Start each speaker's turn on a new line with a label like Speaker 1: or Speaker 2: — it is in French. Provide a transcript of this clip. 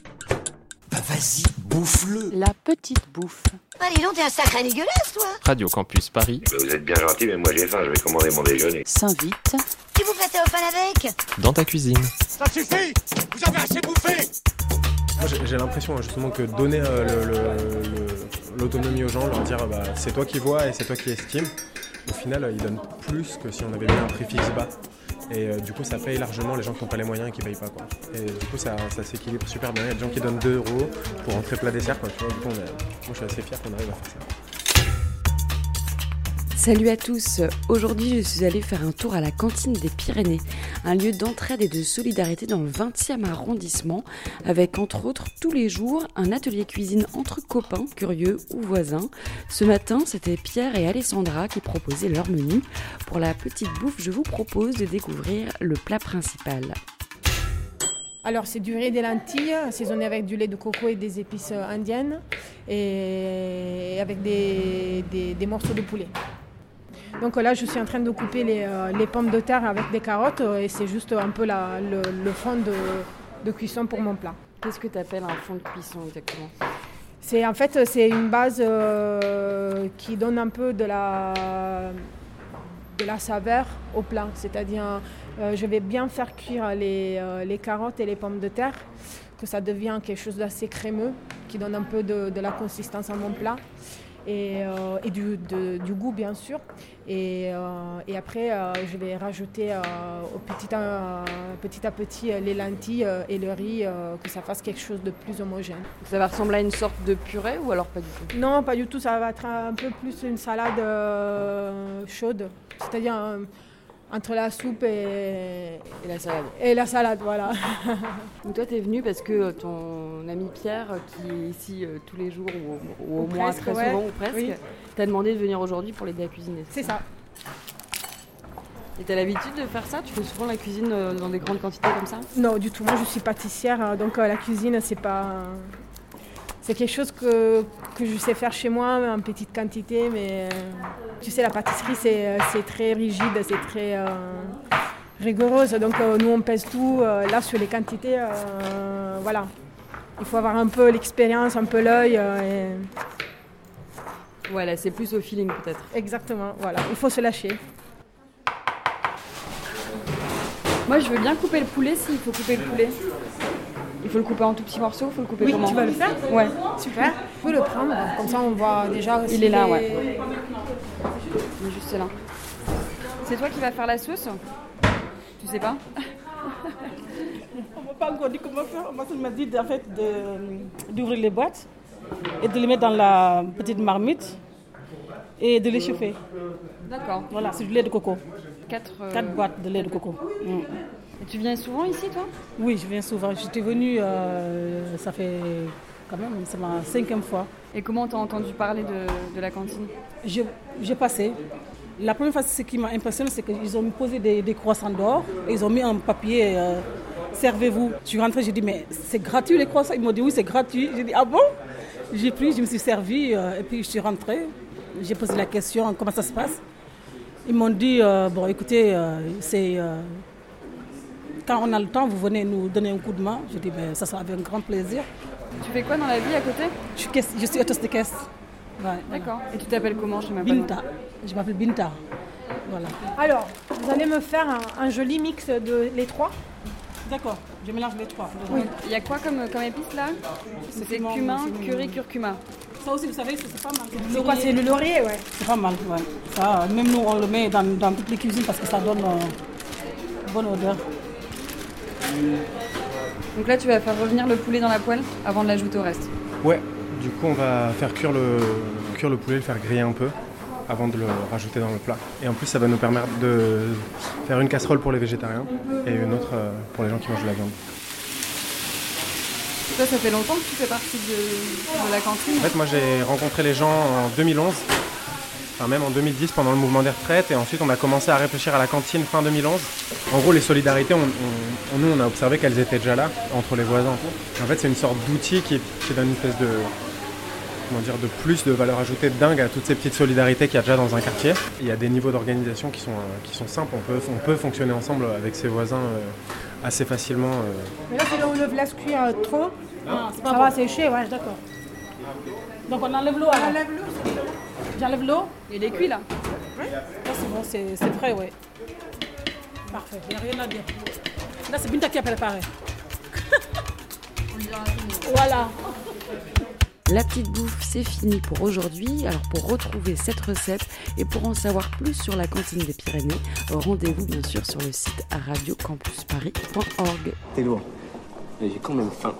Speaker 1: Bah, Vas-y, bouffe-le.
Speaker 2: La petite bouffe.
Speaker 3: Allez, donc, t'es un sacré dégueulasse, toi
Speaker 4: Radio Campus Paris,
Speaker 5: Ben, Vous êtes bien gentil, mais moi j'ai faim, je vais commander mon déjeuner.
Speaker 2: S'invite.
Speaker 3: Tu vous prêtais au fan avec
Speaker 4: dans ta cuisine.
Speaker 6: Ça suffit Vous avez assez bouffé
Speaker 7: Moi, j'ai- j'ai l'impression hein, justement que donner euh, le- le- le- l'autonomie aux gens, leur dire euh, bah, c'est toi qui vois et c'est toi qui estime, au final euh, ils donnent plus que si on avait mis un prix fixe bas. Et euh, du coup ça paye largement les gens qui n'ont pas les moyens et qui payent pas. Quoi. Et du coup ça, ça s'équilibre super bien. Il y a des gens qui donnent 2 euros pour entrer plat dessert. Quoi, tu vois. Du coup, on est- moi je suis assez fier qu'on arrive à faire ça.
Speaker 8: Salut à tous, aujourd'hui je suis allée faire un tour à la cantine des Pyrénées, un lieu d'entraide et de solidarité dans le 20e arrondissement, avec entre autres tous les jours un atelier cuisine entre copains, curieux ou voisins. Ce matin c'était Pierre et Alessandra qui proposaient leur menu. Pour la petite bouffe je vous propose de découvrir le plat principal.
Speaker 9: Alors, c'est du riz et des lentilles, assaisonné avec du lait de coco et des épices euh, indiennes, et avec des, des- des morceaux de poulet. Donc euh, là, je suis en train de couper les, euh, les pommes de terre avec des carottes, euh, et c'est juste un peu la- le, le fond de- de cuisson pour mon plat.
Speaker 8: Qu'est-ce que tu appelles un fond de cuisson exactement
Speaker 9: C'est en fait c'est une base euh, qui donne un peu de la de la saveur au plat. C'est-à-dire euh, je vais bien faire cuire les, euh, les carottes et les pommes de terre, que ça devient quelque chose d'assez crémeux, qui donne un peu de, de la consistance à mon plat. Et, euh, et du, de- du goût bien sûr. Et, euh, et après euh, je vais rajouter euh, au petit, à, petit à petit euh, les lentilles euh, et le riz, euh, que ça fasse quelque chose de plus homogène.
Speaker 8: Ça va ressembler à une sorte de purée ou alors pas du tout
Speaker 9: Non, pas du tout. Ça va être un peu plus une salade euh, chaude, c'est-à-dire euh, entre la soupe et,
Speaker 8: Et la salade
Speaker 9: et la salade, voilà.
Speaker 8: Donc toi, t'es venu parce que euh, ton ami Pierre, euh, qui est ici euh, tous les jours ou, au- ou au
Speaker 9: Ou
Speaker 8: moins
Speaker 9: presque,
Speaker 8: très
Speaker 9: ouais.
Speaker 8: souvent ou presque,
Speaker 9: Oui.
Speaker 8: t'a demandé de venir aujourd'hui pour l'aider à cuisiner.
Speaker 9: C'est ça.
Speaker 8: Et t'as l'habitude de faire ça Tu fais souvent la cuisine euh, dans des grandes quantités comme ça
Speaker 9: Non, du tout. Moi, je suis pâtissière, euh, donc euh, la cuisine, c'est pas. C'est quelque chose que, que je sais faire chez moi en petite quantité, mais euh, tu sais, la pâtisserie, c'est euh, c'est très rigide, c'est très euh, rigoureuse. Donc, euh, nous, on pèse tout. euh, là, sur les quantités, euh, voilà. Il faut avoir un peu l'expérience, un peu l'œil. euh,
Speaker 8: Voilà, c'est plus au feeling peut-être.
Speaker 9: et- Exactement, voilà. Il faut se lâcher.
Speaker 10: Moi, je veux bien couper le poulet s'il faut couper le poulet. Il faut le couper en tout petits morceaux, il faut le couper comment
Speaker 9: tu vas le faire
Speaker 10: Ouais.
Speaker 9: Super. Tu peux le prendre, comme ça, on voit déjà.
Speaker 10: Il est là, ouais. Il est juste là. C'est toi qui vas faire la sauce Tu sais pas
Speaker 11: On m'a pas encore dit comment faire. Moi, il m'a dit en fait, de- euh, d'ouvrir les boîtes et de les mettre dans la petite marmite et de les chauffer.
Speaker 10: D'accord.
Speaker 11: Voilà, c'est du lait de coco.
Speaker 10: Quatre, euh,
Speaker 11: Quatre boîtes de lait de coco. Mm.
Speaker 10: Et Tu viens souvent ici, toi
Speaker 11: Oui, je viens souvent. J'étais venue, euh, ça fait quand même, c'est ma cinquième fois.
Speaker 10: Et comment t'as entendu parler de, de la cantine
Speaker 11: Je- J'ai passé. La première fois, ce qui m'a impressionné, c'est qu'ils ont posé des, des croissants d'or et ils ont mis un papier euh, Servez-vous. Je suis rentrée, j'ai dit Mais c'est gratuit les croissants Ils m'ont dit Oui, c'est gratuit. J'ai dit Ah bon J'ai pris, je me suis servi euh, et puis je suis rentrée. J'ai posé la question Comment ça se passe Ils m'ont dit euh, Bon, écoutez, euh, c'est. euh, quand on a le temps, vous venez nous donner un coup de main. J'ai dit Ben, ça sera avec un grand plaisir.
Speaker 10: Tu fais quoi dans la vie à côté
Speaker 11: Je suis, caisse- je suis hôtesse de caisse. Ouais, voilà.
Speaker 10: D'accord. Et tu t'appelles comment Je sais même pas.
Speaker 11: Binta. Je m'appelle Binta. Voilà.
Speaker 9: Alors, vous allez me faire un, un joli mix de les trois.
Speaker 11: D'accord, je mélange les trois.
Speaker 10: Il y a quoi comme, comme épice là C'était
Speaker 11: mon-
Speaker 10: cumin,
Speaker 11: c'est mon-
Speaker 10: curry, curcuma.
Speaker 11: Ça aussi, vous savez, c'est c'est pas mal.
Speaker 9: C'est quoi C'est le laurier, ouais.
Speaker 11: C'est pas mal, ouais. Ça, même nous, on le met dans, dans toutes les cuisines parce que ça donne euh, une bonne odeur.
Speaker 10: Donc là, tu vas faire revenir le poulet dans la poêle avant de l'ajouter au reste.
Speaker 7: Ouais, du coup on va faire cuire le, cuire le poulet, le faire griller un peu avant de le rajouter dans le plat. Et en plus ça va nous permettre de faire une casserole pour les végétariens et une autre euh, pour les gens qui mangent de la viande.
Speaker 10: Toi, ça fait longtemps que tu fais partie de, de la cantine.
Speaker 7: En fait moi j'ai rencontré les gens en 2011, enfin même en 2010 pendant le mouvement des retraites et ensuite on a commencé à réfléchir à la cantine fin 2011. En gros les solidarités, on, on- on- nous on a observé qu'elles étaient déjà là entre les voisins. En fait c'est une sorte d'outil qui, qui donne une espèce de, comment dire, de plus de valeur ajoutée de dingue à toutes ces petites solidarités qu'il y a déjà dans un quartier. Il y a des niveaux d'organisation qui sont, euh, qui sont simples. On peut, on peut fonctionner ensemble avec ses voisins euh, assez facilement. euh.
Speaker 9: Mais là, c'est là où le laisse cuire trop.
Speaker 11: Non, Ah, c'est pas
Speaker 9: Ça
Speaker 11: bon.
Speaker 9: va sécher, ouais, d'accord.
Speaker 11: Donc on enlève l'eau. alors. J'enlève l'eau.
Speaker 10: Il est cuit là.
Speaker 11: Là, c'est bon, c'est c'est frais, ouais. Parfait, il n'y a rien à dire. Là, c'est Binta qui a préparé. voilà.
Speaker 8: La petite bouffe, c'est fini pour aujourd'hui. Alors pour retrouver cette recette et pour en savoir plus sur la cantine des Pyrénées, rendez-vous bien sûr sur le site radiocampusparis.org.
Speaker 1: T'es lourd. Mais j'ai quand même faim.